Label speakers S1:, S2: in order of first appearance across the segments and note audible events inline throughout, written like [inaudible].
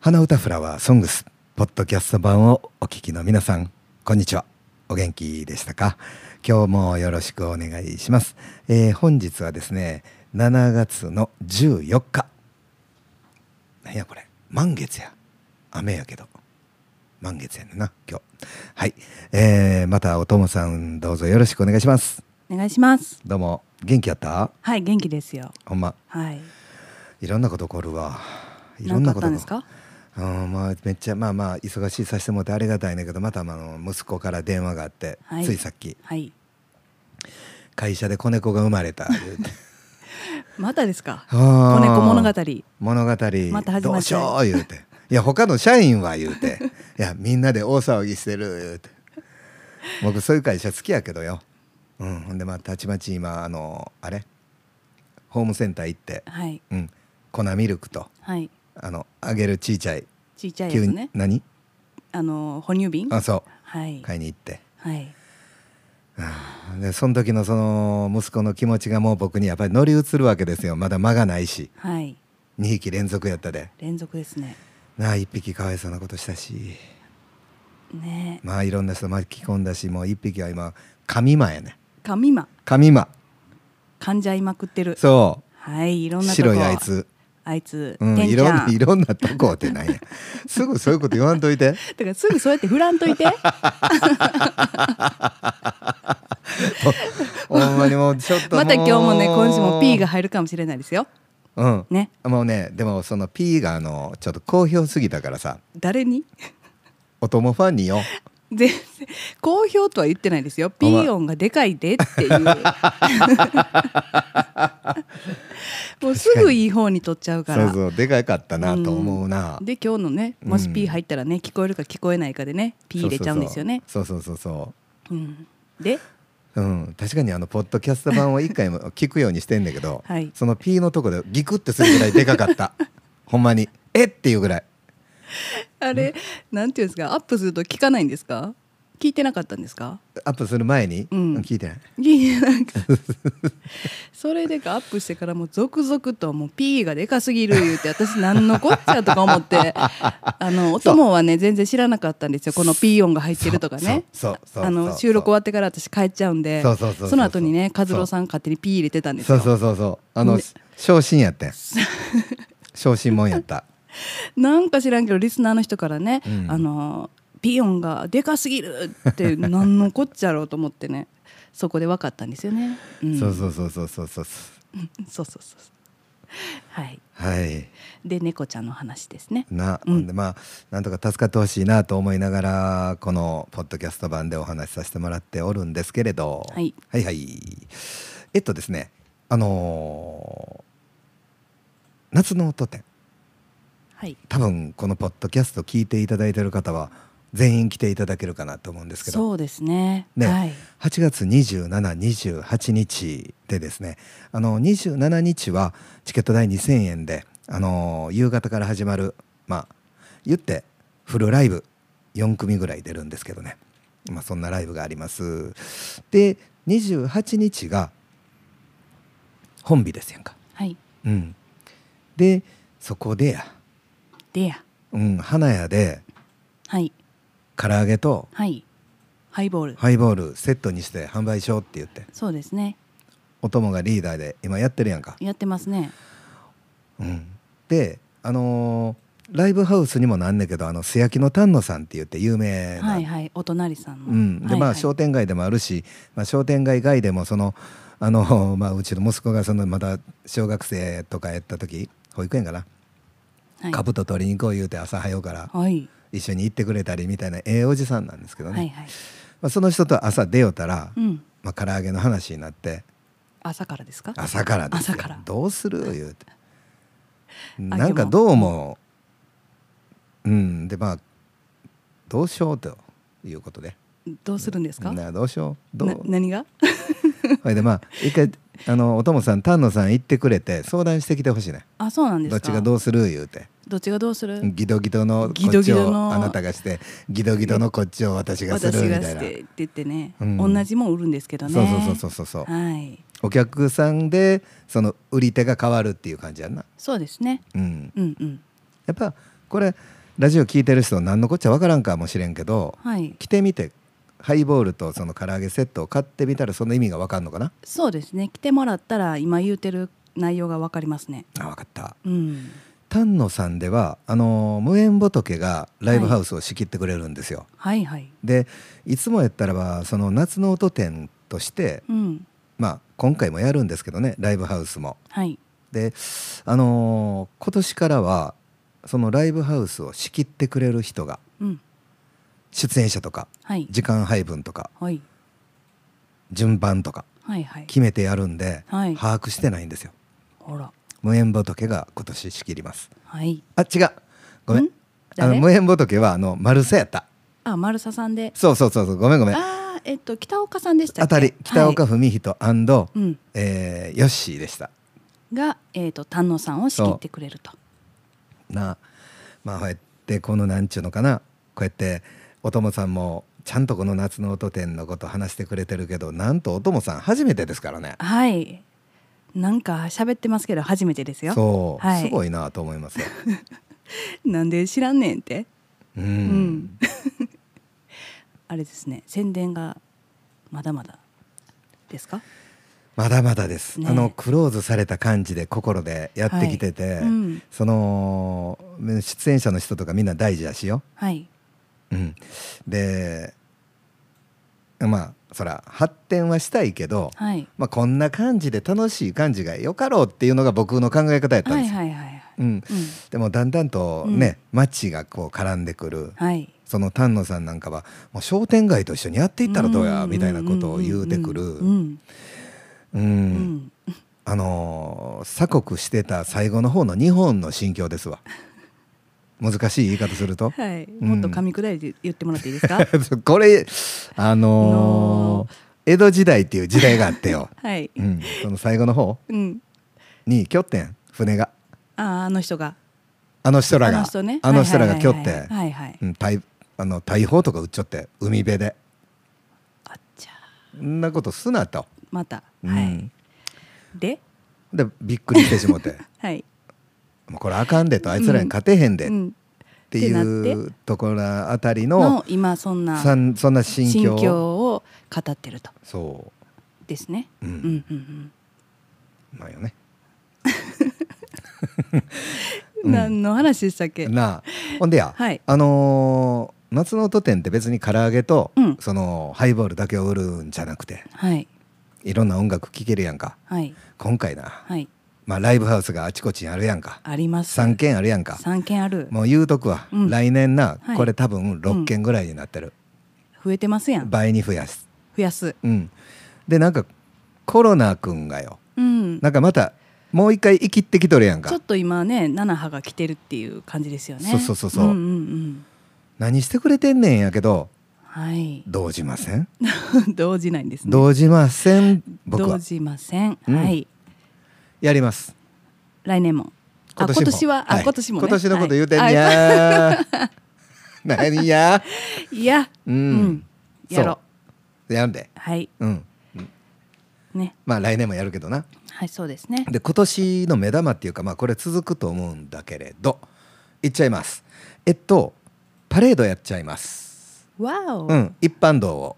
S1: 花歌フラワーソングスポッドキャスト版をお聞きの皆さんこんにちはお元気でしたか今日もよろしくお願いします、えー本日はですね7月の14日なんやこれ満月や雨やけど満月やねんな今日はい、えーまたおともさんどうぞよろしくお願いします
S2: お願いします。
S1: どうも元気やった
S2: はい、元気ですよ。
S1: ほんま
S2: はい。
S1: いろんなこと起こるわいろんなこと
S2: なん
S1: が
S2: かあったんですか。
S1: うんまあ、めっちゃまあまあ忙しいさせてもらってありがたいねんだけどまたあの息子から電話があって、
S2: はい
S1: ついさっき
S2: はい。
S1: 「会社で子猫が生まれた」言う
S2: [laughs]
S1: て
S2: またですか。
S1: あー
S2: 子猫物語。
S1: 物語
S2: また始まっちゃう
S1: どうしよう」言うて「いや他の社員は」言うて「いやみんなで大騒ぎしてる」言うて僕そういう会社好きやけどよ、うん、ほんでまあたちまち今あのあれホームセンター行って、
S2: はい。
S1: うん、粉ミルクと
S2: はい。
S1: あのあげるちいちゃい
S2: ちいちゃいや
S1: 急
S2: つ
S1: に、
S2: ね。
S1: 何
S2: あの哺乳瓶。
S1: あそ
S2: はい。
S1: う買いに行って。
S2: はい。
S1: うんでその時のその息子の気持ちがもう僕にやっぱり乗り移るわけですよまだ間がないし
S2: はい。
S1: 2匹連続やったで
S2: 連続ですね。
S1: なあ1匹かわいそうなことしたし
S2: ねえ。
S1: まあいろんな人巻き込んだしもう1匹は今神間やね
S2: 髪ま。
S1: 神間
S2: 噛んじゃいまくってる。
S1: そ
S2: はい。いろ
S1: うん
S2: なとこ。
S1: 白いあい。つ、
S2: あいつ。
S1: うん、
S2: て
S1: い
S2: んち
S1: ろん
S2: ゃ。
S1: なんいろんなとこってなんやすぐそういうこと言わんといて
S2: だからすぐそうやって振らん
S1: [laughs]
S2: といて。
S1: ほんまにもうちょっと
S2: また今日もね、今週も P が
S1: が
S2: 入るかもしれないですよ。
S1: うん
S2: ね。
S1: もうねでもその P があのちょっと好評すぎたからさ
S2: 誰に。
S1: お供ファンによ
S2: 全然好評とは言ってないですよピ
S1: お前
S2: ー音がでかいでって
S1: [laughs]
S2: いうもうすぐいい方に取っちゃうか
S1: そう
S2: ら
S1: そうでかかったなと思うな、
S2: で今日のねもしピー入ったらね、聞こえるか聞こえないかでねピー入れちゃうんですよね
S1: そうそうそうそうそう
S2: うんで
S1: そううん、確かにあのポッドキャスト版を一回も聞くようにしてんだけど、
S2: はい
S1: その P のとこでギクってするぐらいでかかった
S2: [laughs]
S1: ほんまにえっていうぐらい
S2: あれなんていうんですかアップすると聞かないんですか聞いてなかったんですか
S1: アップする前に、
S2: うん
S1: 聞いてない
S2: いやなんかそれでかアップしてからもう続々ともう P がでかすぎる言うて私何のこっちゃとか思ってあのお供はね全然知らなかったんですよこの P 音が入ってるとかね
S1: そうそうそう
S2: あ
S1: そう
S2: の収録終わってから私帰っちゃうんで
S1: そうそうそうそう
S2: の後にね和郎さん勝手に P 入れてたんです
S1: そ
S2: よ
S1: うそうそうそうあの、
S2: ね
S1: 昇進やって
S2: [laughs]
S1: ん昇進もんやった
S2: なんか知らんけどリスナーの人からね、
S1: うん
S2: あのピ音がでかすぎるって何のこっちゃろうと思ってねそこで分かったんですよね、うん
S1: そうそうそうそうそうそう
S2: そうそうそうそうはい
S1: はい
S2: で猫ちゃんの話ですね
S1: な、
S2: うん
S1: ほんでまあなんとか助かってほしいなと思いながらこのポッドキャスト版でお話しさせてもらっておるんですけれど、
S2: はい
S1: はいはいえっとですねあのー夏の音展
S2: はい
S1: 多分このポッドキャスト聞いていただいてる方は全員来ていただけるかなと思うんですけど
S2: そうですね
S1: ね
S2: はい
S1: 8月27、28日でですね、あの27日はチケット代2000円で、あの夕方から始まる、まあ、言ってフルライブ4組ぐらい出るんですけどね、まあ、そんなライブがあります。で、28日が本日ですやんか。
S2: はい
S1: うん、で、そこでや、
S2: でや
S1: うん、花屋で
S2: はい
S1: 唐揚げと
S2: はいハイボール、
S1: ハイボールセットにして販売しようって言って。
S2: そうですね
S1: お供がリーダーで今やってるやんか。
S2: やってますね
S1: うん、で、あのーライブハウスにもなんねんけどあの素焼きの丹野さんって言って有名な、
S2: はいはいお隣さんの、
S1: うん、で、
S2: はい
S1: ま
S2: は
S1: あ
S2: い
S1: 商店街でもあるし、まあ、商店街外でもそのあの、まあ、うちの息子がそのまだ小学生とかやった時保育園かな、
S2: はい
S1: カブと取りに行こう言うて朝早うから
S2: はい
S1: 一緒に行ってくれたりみたいなええおじさんなんですけどね、
S2: はいはい
S1: まあ、その人と朝出よったら、
S2: うん
S1: まあ唐揚げの話になって
S2: 朝からですか
S1: 朝からですよ
S2: 朝から
S1: どうする言うて
S2: あ
S1: なんか
S2: でも
S1: どうもうんでまあどうしようということで
S2: どうするんですかな
S1: などうしようどう [laughs]
S2: 何が
S1: それでまあ一回あのおともさん丹野さん行ってくれて相談してきてほしいね
S2: あそうなんで
S1: ど
S2: す
S1: っ
S2: か
S1: ちがどうする言うて
S2: どっちがどうする
S1: ギドギドのこ
S2: ギ
S1: っ
S2: ド
S1: ち
S2: ギド
S1: を
S2: の
S1: あなたがしてギドギドのこっちを私がす
S2: 私
S1: るみ
S2: が
S1: たい
S2: し
S1: な
S2: てって言ってね、
S1: うん
S2: 同じもん売るんですけどね
S1: そうそうそうそうそう
S2: はい
S1: お客さんでその売り手が変わるっていう感じやんな
S2: そうですね
S1: うん
S2: うんうん
S1: やっぱこれラジオ聞いてる人何のこっちゃわからんかもしれんけど
S2: はい
S1: 着てみてハイボールとその唐揚げセットを買ってみたらその意味がわかんのかな
S2: そうですね来てもらったら今言うてる内容がわかりますね
S1: あわかった
S2: うん
S1: 丹野さんではあのー無縁仏がライブハウスを仕切ってくれるんですよ、
S2: はいはい
S1: でいつもやったらばその夏の音展として
S2: うん
S1: まあ今回もやるんですけどねライブハウスも
S2: はい
S1: であのー今年からはそのライブハウスを仕切ってくれる人が
S2: うん
S1: 出演者とか
S2: はい
S1: 時間配分とか
S2: はい
S1: 順番とか
S2: はいはい
S1: 決めてやるんで、
S2: はい
S1: 把握してないんですよ
S2: ほら
S1: 無縁仏が今年仕切ります
S2: はい
S1: あ違うごめん
S2: ん
S1: あの
S2: 誰
S1: 無縁仏はあのマルセやった
S2: あ丸佐さんで
S1: そうそうそうそうごめんごめん
S2: ああえっと北岡さんでしたっけ
S1: あたり北岡
S2: は
S1: 文人、
S2: いうん
S1: えーヨッシーでした
S2: がえっと丹野さんを仕切ってくれると
S1: なあまあこうやってこのなんちゅうのかなこうやっておともさんもちゃんとこの夏の音展のこと話してくれてるけどなんとおともさん初めてですからね
S2: はいなんか喋ってますけど初めてですよ
S1: そう、
S2: はい
S1: すごいなと思い
S2: [laughs]
S1: ますよ、
S2: なんで知らんねんって
S1: うん
S2: ん [laughs] あれですね宣伝がまだまだですか
S1: まだまだです、
S2: ね
S1: あのクローズされた感じで心でやってきてて、
S2: はいうん
S1: その出演者の人とかみんな大事やしよ、
S2: はい
S1: うん、でまあそら発展はしたいけど、
S2: はい
S1: まあ、こんな感じで楽しい感じがよかろうっていうのが僕の考え方やったん
S2: は
S1: で
S2: い
S1: すよ、
S2: はいはい
S1: うん、
S2: うん
S1: でもだんだんとね、街がこう絡んでくる、
S2: はい
S1: その丹野さんなんかはもう商店街と一緒にやっていったらどうやみたいなことを言うてくる、
S2: うんうん
S1: う
S2: うんうん
S1: ん
S2: うん
S1: あのー鎖国してた最後の方の日本の心境
S2: [laughs]
S1: ですわ難しい言い方すると
S2: はいもっと噛み砕いて言ってもらっていいですか
S1: これあのー
S2: の、
S1: 江戸時代っていう時代があってよ
S2: [laughs] はい
S1: うん、その最後の方
S2: うん
S1: に拠点船が
S2: あーあの人が
S1: あの人らが
S2: あの人ね
S1: あの人らが拠点、
S2: はいはいはいはいはいはい
S1: うん、大あの大砲とか撃っちゃって海辺で
S2: あっちゃ
S1: そんなことすなと、
S2: また
S1: うん
S2: はいで
S1: でびっくりしてしもて
S2: [laughs] はい
S1: もうこれあかんでとあいつらに勝てへんでっ
S2: うん
S1: てい
S2: ってな
S1: うところあたりの
S2: の今そんな
S1: さんそんな心境
S2: 心境を語ってると
S1: そ
S2: ですね
S1: う、う
S2: うんうんんうん
S1: なんよねうん
S2: 何の話でしたっけ
S1: なあほんでや、
S2: はい
S1: あのー夏の都店って別に唐揚げと、
S2: うん
S1: そのハイボールだけを売るんじゃなくて
S2: はい
S1: いろんな音楽聴けるやんか
S2: はい
S1: 今回な、
S2: はい
S1: まあ、ライブハウスがあちこちにあるやんか
S2: あります
S1: 3軒あるやんか
S2: 三件ある
S1: もう言うとくわ、
S2: うん
S1: 来年な、
S2: はい
S1: これ多分6軒ぐらいになってる、
S2: 増えてますやん
S1: 倍に増やす、
S2: 増やす
S1: うん、でなんかコロナくんがよ
S2: うん
S1: なんかまたもう一回生きてきとるやん
S2: ちょ
S1: か
S2: っと今ね七波が来てるっていう感じですよね
S1: そうそうそうそうん
S2: んうん
S1: 何してくれてんねんやけど
S2: はい [laughs]
S1: 動じません
S2: 動じないんですね
S1: 動じません僕
S2: 動
S1: は
S2: じません
S1: うん
S2: はい
S1: やります
S2: 来年もあ
S1: 今年も
S2: 今年はあ
S1: い
S2: 今年もね
S1: 今年のこと言うてん
S2: はいあ
S1: や [laughs] 何や
S2: いや
S1: う
S2: うんんやろう
S1: やんで
S2: はい
S1: うん
S2: ね
S1: まあ来年もやるけどな
S2: はいそうですね
S1: で今年の目玉っていうかまあこれ続くと思うんだけれどいっちゃいますえっとパレードやっちゃいます
S2: わお
S1: うん一般道を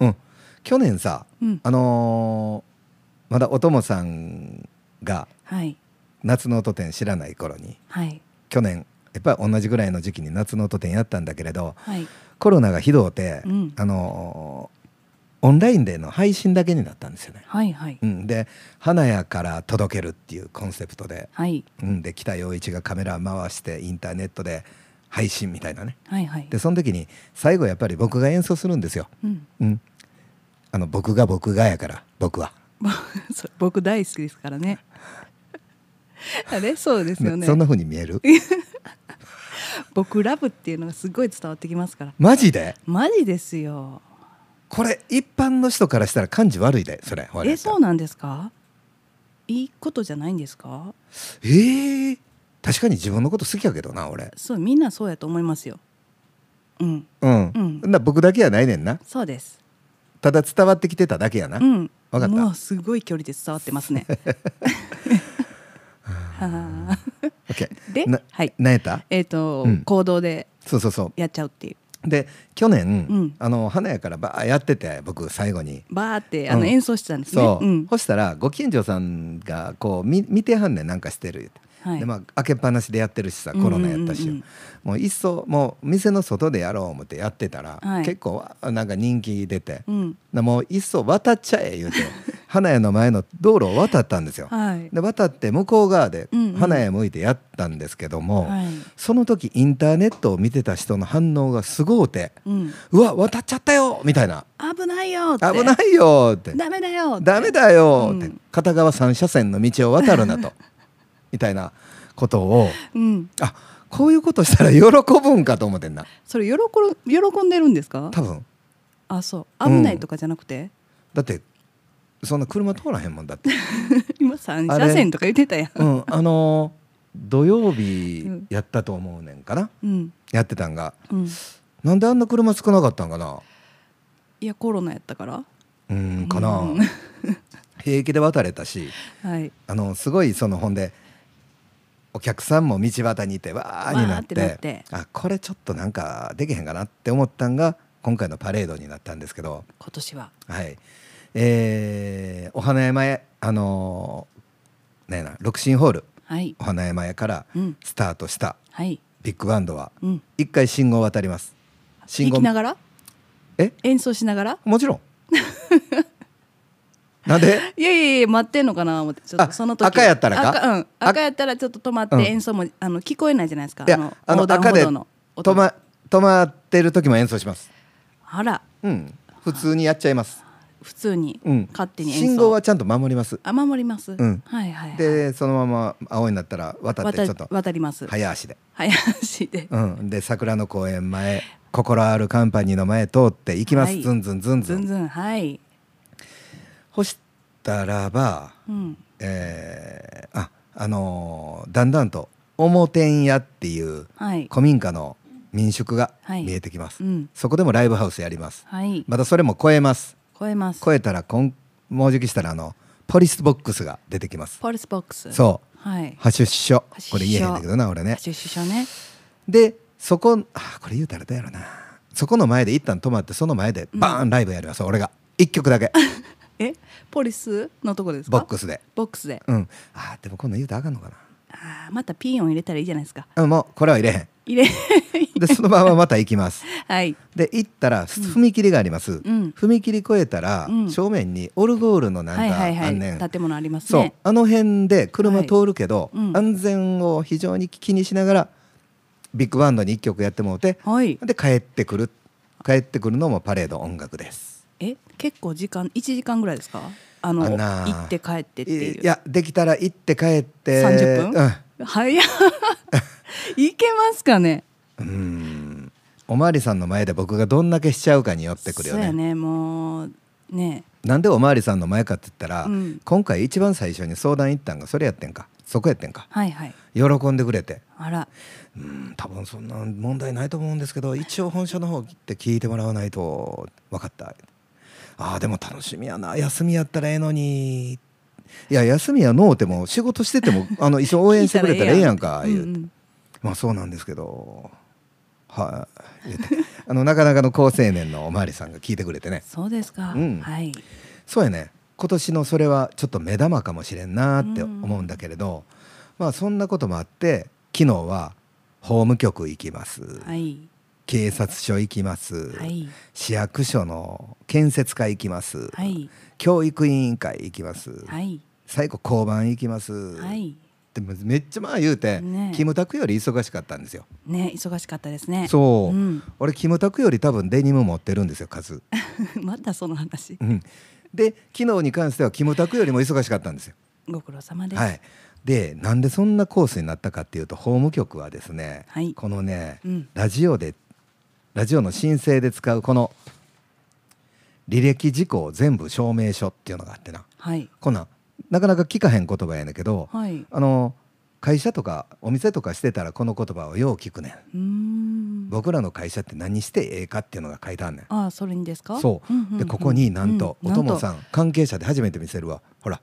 S1: うん去年さ
S2: うん
S1: あのーまだおともさんが
S2: はい
S1: 夏の音展知らない頃に
S2: はい
S1: 去年やっぱり同じぐらいの時期に夏の音展やったんだけれど
S2: はい
S1: コロナがひどうて、
S2: うん
S1: あのーオンラインでの配信だけになったんですよね。
S2: はいはい
S1: うん、で花屋から届けるっていうコンセプトで、
S2: はい
S1: うん、で北陽一がカメラ回してインターネットで配信みたいなね
S2: はいはい
S1: でその時に最後やっぱり僕が演奏するんですよ、
S2: うん [laughs]
S1: うん、あの僕が僕がやから僕は、
S2: そう僕大好きですからね [laughs] あれそうですよね
S1: ねそんな風に見える
S2: 僕ラブっていうのがすごい伝わってきますから
S1: マジで
S2: マジですよ
S1: これ一般の人からしたら感じ悪いでそれ
S2: えそううなんですかいいことじゃないんですか
S1: えー確かに自分のこと好きやけどな俺
S2: そうみんなそうやと思いますようん
S1: うん、
S2: うん
S1: な僕だけやないねんな
S2: そうです
S1: ただ伝わってきてただけやな、
S2: うん
S1: わかった [laughs]
S2: もうすごい距離で伝わってますね
S1: あ
S2: はあ
S1: OK
S2: で
S1: な
S2: はい
S1: なえた
S2: えっ、と、
S1: うん
S2: 行動で
S1: そうそうそう
S2: やっちゃうっていう
S1: で去年、
S2: うん
S1: あの花屋からバーやってて僕最後に
S2: バーってあの、
S1: うん
S2: 演奏してたんですね。
S1: そう、
S2: ん
S1: そしたらご近所さんがこう見見てはんねんなんかしてる言うて、
S2: はい
S1: でまあ開けっぱなしでやってるしさコロナやったしよ、
S2: うんうんうんうん
S1: もういっそもう店の外でやろう思ってやってたら、
S2: はい
S1: 結構なんか人気出て、
S2: うん
S1: なもういっそ渡っちゃえ言うて [laughs] 花屋の前の道路を渡ったんですよ。
S2: はい
S1: で渡って向こう側で
S2: うんうん
S1: 花屋向いてやったんですけども、
S2: はい
S1: その時インターネットを見てた人の反応がすごうて
S2: うん、
S1: 「うわ渡っちゃったよ!」みたいな
S2: 危ないよ
S1: 「
S2: って
S1: 危ないよ!」って
S2: ダメだよって
S1: ダメだよって、
S2: うん
S1: 片側三車線の道を渡るなと [laughs] みたいなことを
S2: うん、
S1: あこういうことしたら喜ぶんかと思ってんな
S2: それ喜る喜んでるんですか
S1: 多分
S2: あそう
S1: うん
S2: 危ないとかじゃなくて、
S1: だってそんな車通らへんもんだって、
S2: 今三車線とか言ってたやん、
S1: うん、あの土曜日
S2: うん
S1: やったと思うねんかな、
S2: うん
S1: やってたんが
S2: うん、
S1: なんであんな車少なかったんかない
S2: やコロナやったから
S1: うーんかな、
S2: うん
S1: 平気で渡れたし
S2: はい
S1: あのすごいそのほんでお客さんも道端にいてわーになって
S2: わーってなって
S1: あこれちょっとなんかできへんかなって思ったんが今回のパレードになったんですけど、
S2: 今年は
S1: はいえーお花山へあのー、なんやな六神ホール
S2: はい
S1: お花山へから
S2: うん
S1: スタートした
S2: はい
S1: ビッグバンドは
S2: うん
S1: 一回信号を渡ります信号
S2: 行きながら
S1: え
S2: 演奏しながら
S1: も
S2: [laughs]
S1: ちろんなんで
S2: いやいやいや待ってんのかな思ってちょっ
S1: あ
S2: とその時
S1: 赤やったらか
S2: 赤,、うん、
S1: あ
S2: 赤やったらちょっと止まって
S1: うん
S2: 演奏も、あの聞こえないじゃないですか
S1: いやあの
S2: 横断
S1: 赤
S2: 歩
S1: で
S2: 道
S1: 止
S2: 音
S1: ま止まってる時も演奏します
S2: あら
S1: うん、普通にやっちゃいます。
S2: 普通に、
S1: うん、
S2: 勝手に演奏
S1: 信号はちゃんと守ります。
S2: あ守りま
S1: う
S2: す、
S1: ん
S2: はいはい、はい、
S1: で、そのまま青になったら渡ってちょっ
S2: 渡
S1: と
S2: 渡ります
S1: 早足で。
S2: 早足で
S1: うん、で、桜の公園前、心あるカンパニーの前通って行きます。
S2: はい
S1: ずんずんずんず
S2: ずん
S1: ん。
S2: ずんはい、
S1: ほしたらば、
S2: うん、
S1: えーあ、あのーだんだんと表ん屋っていう
S2: はい
S1: 古民家の民宿が
S2: はい
S1: 見えてきます。
S2: うん
S1: そこでもライブハウスやります。
S2: はい
S1: またそれも超えます。
S2: 超えます
S1: 超えたら、こん、もうじきしたら、あの、ポリスボックスが出てきます。
S2: ポリスボックスう
S1: そう。
S2: はい
S1: 発出所
S2: 発出所
S1: これ言えへんだけどな俺ね
S2: 出資者ね
S1: でそこあこれ言うたらどうやろなそこの前で一旦止まってその前でバーンライブやります、俺が一曲だ
S2: [laughs]
S1: け
S2: えポリスのとこです
S1: ボ
S2: か
S1: ックスで
S2: ボックスで
S1: うんあーでもこんなん言うたらあかんのかな
S2: あーまたピン音入れたらいいじゃないですか
S1: うんもうこれは入れへん
S2: 入れ [laughs]
S1: でそのまままた行きます
S2: はい
S1: で行ったら踏切があります、
S2: ん
S1: 踏切越えたら、
S2: うん
S1: 正面にオルゴールのなんか
S2: はいはい
S1: あんねん、
S2: はい建物あります
S1: そう
S2: ね
S1: あの辺で車通るけど、
S2: はいうん
S1: 安全を非常に気にしながらビッグバンドに一曲やってもうて、
S2: はい
S1: で帰ってくる帰ってくるのもパレード音楽です。
S2: え結構時間一時間ぐらいですかあの
S1: あんな
S2: 行って帰ってっていう
S1: いやできたら行って帰って
S2: 30分
S1: う
S2: 早
S1: [laughs]
S2: っいけますかね
S1: ん、うんおまわりさんの前で僕がどんだけしちゃうかによってくるよ
S2: そうや
S1: ね。
S2: ねもうね
S1: なんでおまわりさんの前かって言ったら、
S2: うん
S1: 今回一番最初に相談行ったんがそれやってんかそこやってんか
S2: はいはい
S1: 喜んでくれて
S2: あら
S1: うん多分そんな問題ないと思うんですけど一応本社の方って聞いてもらわないと分かったあーでも楽しみやな休みやったらええのにいや休みやのうても仕事してて
S2: [laughs]
S1: もあの一応応援してくれたらええやんか
S2: 聞い
S1: 言
S2: た
S1: う
S2: らええやんうんうん
S1: まあそうなんですけどはい、言うてあのなかなかの好青年のおまわりさんが聞いてくれてね
S2: そうですか、
S1: うん
S2: はい
S1: そうやね今年のそれはちょっと目玉かもしれんなって思うんだけれど、まあそんなこともあって昨日は法務局行きます、
S2: はい
S1: 警察署行きます、
S2: はい
S1: 市役所の建設課行きます、
S2: はい
S1: 教育委員会行きます、
S2: はい
S1: 最後交番行きます、
S2: はい
S1: でもめっちゃまあ言うて、
S2: ねえ
S1: キムタクより忙しかったんですよ、
S2: ね忙しかったですね
S1: そう、
S2: ん [laughs]
S1: 俺キムタクより多分デニム持ってるんですよ数、
S2: またその話
S1: うん、で昨日に関してはキムタクよりも忙しかったんですよ
S2: ご苦労様です、
S1: はいでなんでそんなコースになったかっていうと法務局はですね、
S2: はい
S1: このね、
S2: うん
S1: ラジオでラジオの申請で使うこの履歴事項全部証明書っていうのがあってな
S2: はい
S1: こんなんなかなか聞かへん言葉やねんけど、
S2: はいう
S1: あの会社とかお店とかしてたらこの言葉をよう聞くねん
S2: ーん
S1: 僕らの会社って何してええかっていうのが書いてあんねん
S2: ああそれにですか
S1: そう,、
S2: んんん
S1: でここになんと、
S2: う
S1: おとも
S2: なん
S1: さん関係者で初めて見せるわほら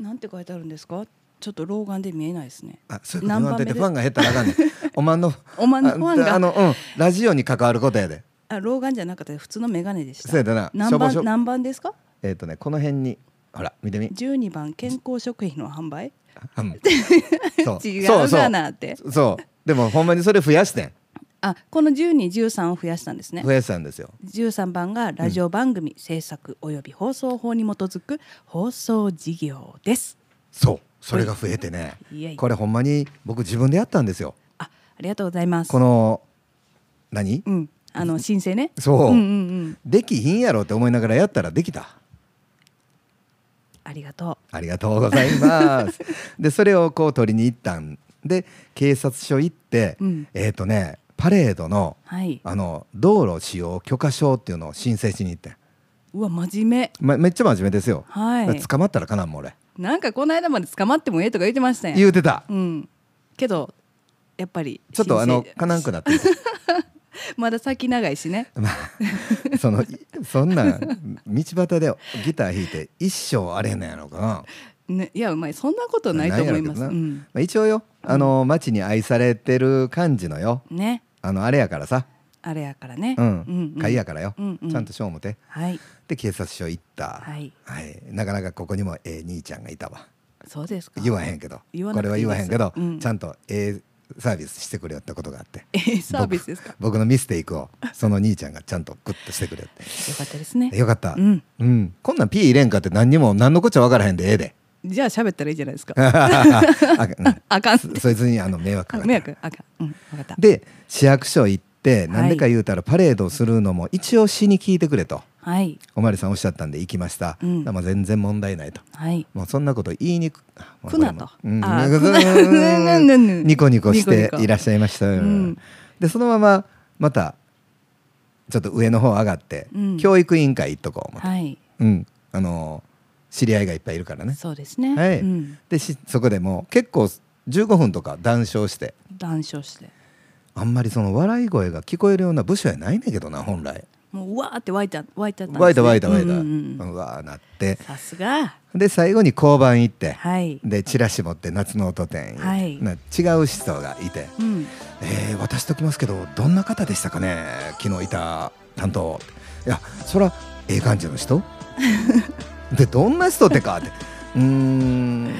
S2: なんて書いてあるんですかちょっと老眼で見えないですね
S1: あそういうこと言わんといて
S2: 何
S1: ファ
S2: 番
S1: ンが減ったらあかんね
S2: [laughs]
S1: んおまんの
S2: おまんのファンが
S1: ああの、うん、ラジオに関わることやで
S2: あ老眼じゃなかった普通の眼鏡でした
S1: そうやったな
S2: 何
S1: しょぼしょ
S2: 番何番ですか
S1: えっ、とねこの辺にほら見て
S2: [laughs]
S1: み
S2: 12番健康食品の販売
S1: うん
S2: [laughs]
S1: そう
S2: 違
S1: そうそ
S2: かなって
S1: うそうでもほんまにそれ増やしてん
S2: あこの1213を増やしたんですね
S1: 増やしたんですよ
S2: 13番がラジオ番組制作及び放送法に基づく放送事業です
S1: そうそれが増えてね
S2: いやいや
S1: これほんまに僕自分でやったんですよ
S2: あありがとうございます
S1: この何
S2: うんあの申請ね
S1: そう、
S2: うんうんうん
S1: できひんやろって思いながらやったらできた
S2: ありがと
S1: ありがとうござい
S2: [laughs]
S1: ます。でそれをこう取りに行ったんで警察署行って、
S2: うん
S1: えっ、とねパレードの
S2: うはい
S1: あの道路使用許可証っていうのを申請しに行ってん、
S2: うわ真面目
S1: ま、めっちゃ真面目ですよ。
S2: はい
S1: 捕まったらかなんもん俺
S2: なんかこの間まで捕まってもええとか言ってましたやん
S1: 言うてた。
S2: うんけどやっぱり
S1: ちょっとあの
S2: 申請
S1: かなんくなってる
S2: [laughs] まだ先長いしね
S1: まあそのいそんなん道端でギター弾いて一生あれへんのやろうかな。
S2: ねいやまあそんなことないと思います
S1: な
S2: う
S1: やろう
S2: ん
S1: けどなんまあ一応よあの街に愛されてる感じのよ
S2: ね
S1: あのあれやからさ、
S2: あれやからね
S1: うん
S2: うん
S1: 会やからよ、
S2: うんうん
S1: ちゃんと賞もて。
S2: はい
S1: で警察署行った、
S2: はい
S1: はいなかなかここにもええ兄ちゃんがいたわ
S2: そうですか
S1: 言わへんけど
S2: 言わ
S1: こ
S2: な
S1: れ
S2: く
S1: は
S2: ていい
S1: 言わ
S2: です
S1: へんけど、
S2: うん
S1: ちゃんとええサービスしてくれよってことがあって
S2: [laughs] えーサービスですか
S1: 僕のミステイクをその兄ちゃんがちゃんとグッとしてくれよっ
S2: よかったですね
S1: てよかった、
S2: うん
S1: うんこんなん P 入れんかって何にも何のこっちゃ分からへんでえ
S2: [laughs]
S1: えで
S2: じゃあ喋ったらいいじゃないですか
S1: あうん
S2: [laughs] あかん
S1: そそいつにあの迷惑か
S2: あ
S1: かる
S2: 迷惑あかんうん分かった
S1: で市役所行って
S2: はい
S1: 何でか言うたらパレードするのも一応市に聞いてくれと
S2: はい
S1: おまりさんおっしゃったんで行きました、
S2: うん
S1: まあ全然問題ないと
S2: はい
S1: もうそんなこと言いにく
S2: くなと
S1: うん
S2: あーくなぬぬぬ
S1: ニコニコして
S2: ニコニコ
S1: いらっしゃいましたよ
S2: うん
S1: でそのまままたちょっと上の方上がって、
S2: うん
S1: 教育委員会行っとこう思って、
S2: はい
S1: うんあのー知り合いがいっぱいいるからね
S2: そうですね
S1: はい
S2: うん
S1: でしそこでもう結構15分とか談笑して
S2: 談笑して
S1: あんまりその笑い声が聞こえるような部署やないねんけどな本来
S2: もううわーって湧いちゃ湧いちゃったんですね
S1: わいたわいたわいた、
S2: う
S1: うん
S2: うんうん
S1: わーなって
S2: さすが
S1: で最後に交番行って、
S2: はい
S1: でチラシ持って夏の音展、
S2: はい
S1: な違う思想がいて
S2: うん
S1: 「えー、渡しときますけどどんな方でしたかね昨日いた担当」いやそらええ感じの
S2: [laughs]
S1: 人でどんな人ってかってうーん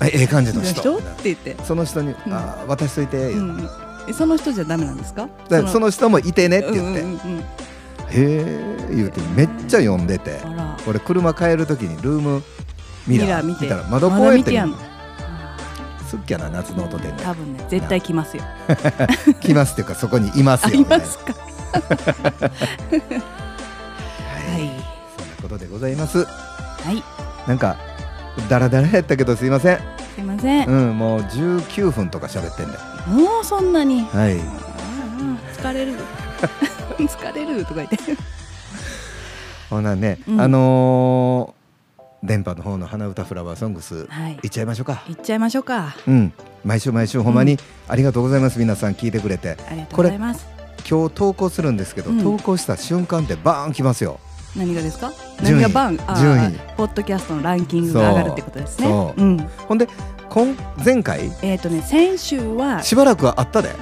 S1: あええ感じの人
S2: 人って言って
S1: その人に「
S2: うん
S1: あー渡しといて」言う
S2: うんうんえその人じゃダメなんですか
S1: だからその人もいてねって言って「
S2: うんうんうん
S1: へえ」言うてめっちゃ読んでて
S2: あら
S1: 俺車変える時にルームミラー
S2: ミラー見て
S1: たら窓こうやって見る
S2: 窓見て
S1: すっきゃな夏の音展が
S2: 多分ね絶対来ますよ
S1: 来ますっていうかそこにいます
S2: あ
S1: よ
S2: り
S1: みたい
S2: ま
S1: な。
S2: すか
S1: [laughs]
S2: は
S1: はいそ
S2: い
S1: んなことでございます。
S2: はい
S1: なんかダラダラやったけどすいません。
S2: すいません
S1: うん、もう19分とか喋ってんだよ。
S2: もうそんなに
S1: はい。
S2: うん疲れる [laughs] 疲れるとか言って
S1: ほなね、
S2: うん
S1: あのー電波の方の花歌フラワーソングス
S2: はい
S1: いっちゃいましょうか。
S2: 行っちゃいましょうか
S1: うん。毎週毎週ほんまにありがとうございます。皆さん聞いてくれて、
S2: ありがとうございます
S1: 今日投稿するんですけど、
S2: うん
S1: 投稿した瞬間ってバーン来ますよ。
S2: 何がですか
S1: 順
S2: 何
S1: 位
S2: が番あー
S1: 順位
S2: ポッドキャストのランキングが上がるってことですね
S1: そう
S2: うん
S1: ほんで、今前回
S2: えっとね先週は
S1: しばらくはあったで。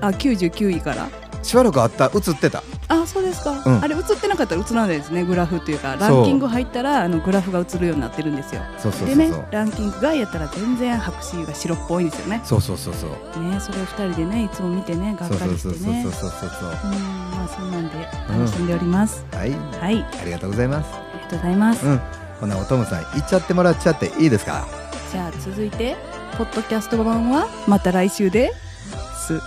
S2: あ99位から
S1: しばらくあった。映ってた。
S2: あそうですか、
S1: うん
S2: あれ映ってなかったら映らないですねグラフというかランキング入ったらあのグラフが映るようになってるんですよ
S1: そうそうそうそう。
S2: でねランキング外やったら全然白紙が白っぽいんですよね
S1: そうそうそうそう。
S2: ねそれを二人でねいつも見てねがっかりして
S1: そうそう
S2: ね
S1: そうそうそうそう。
S2: うんまあそんなんで楽しんでおります、
S1: はい、
S2: はい
S1: ありがとうございます。
S2: ありがとうございます、
S1: うん、ほなおともさん、行っちゃってもらっちゃっていいですか。
S2: じゃあ続いてポッドキャスト版はまた来週です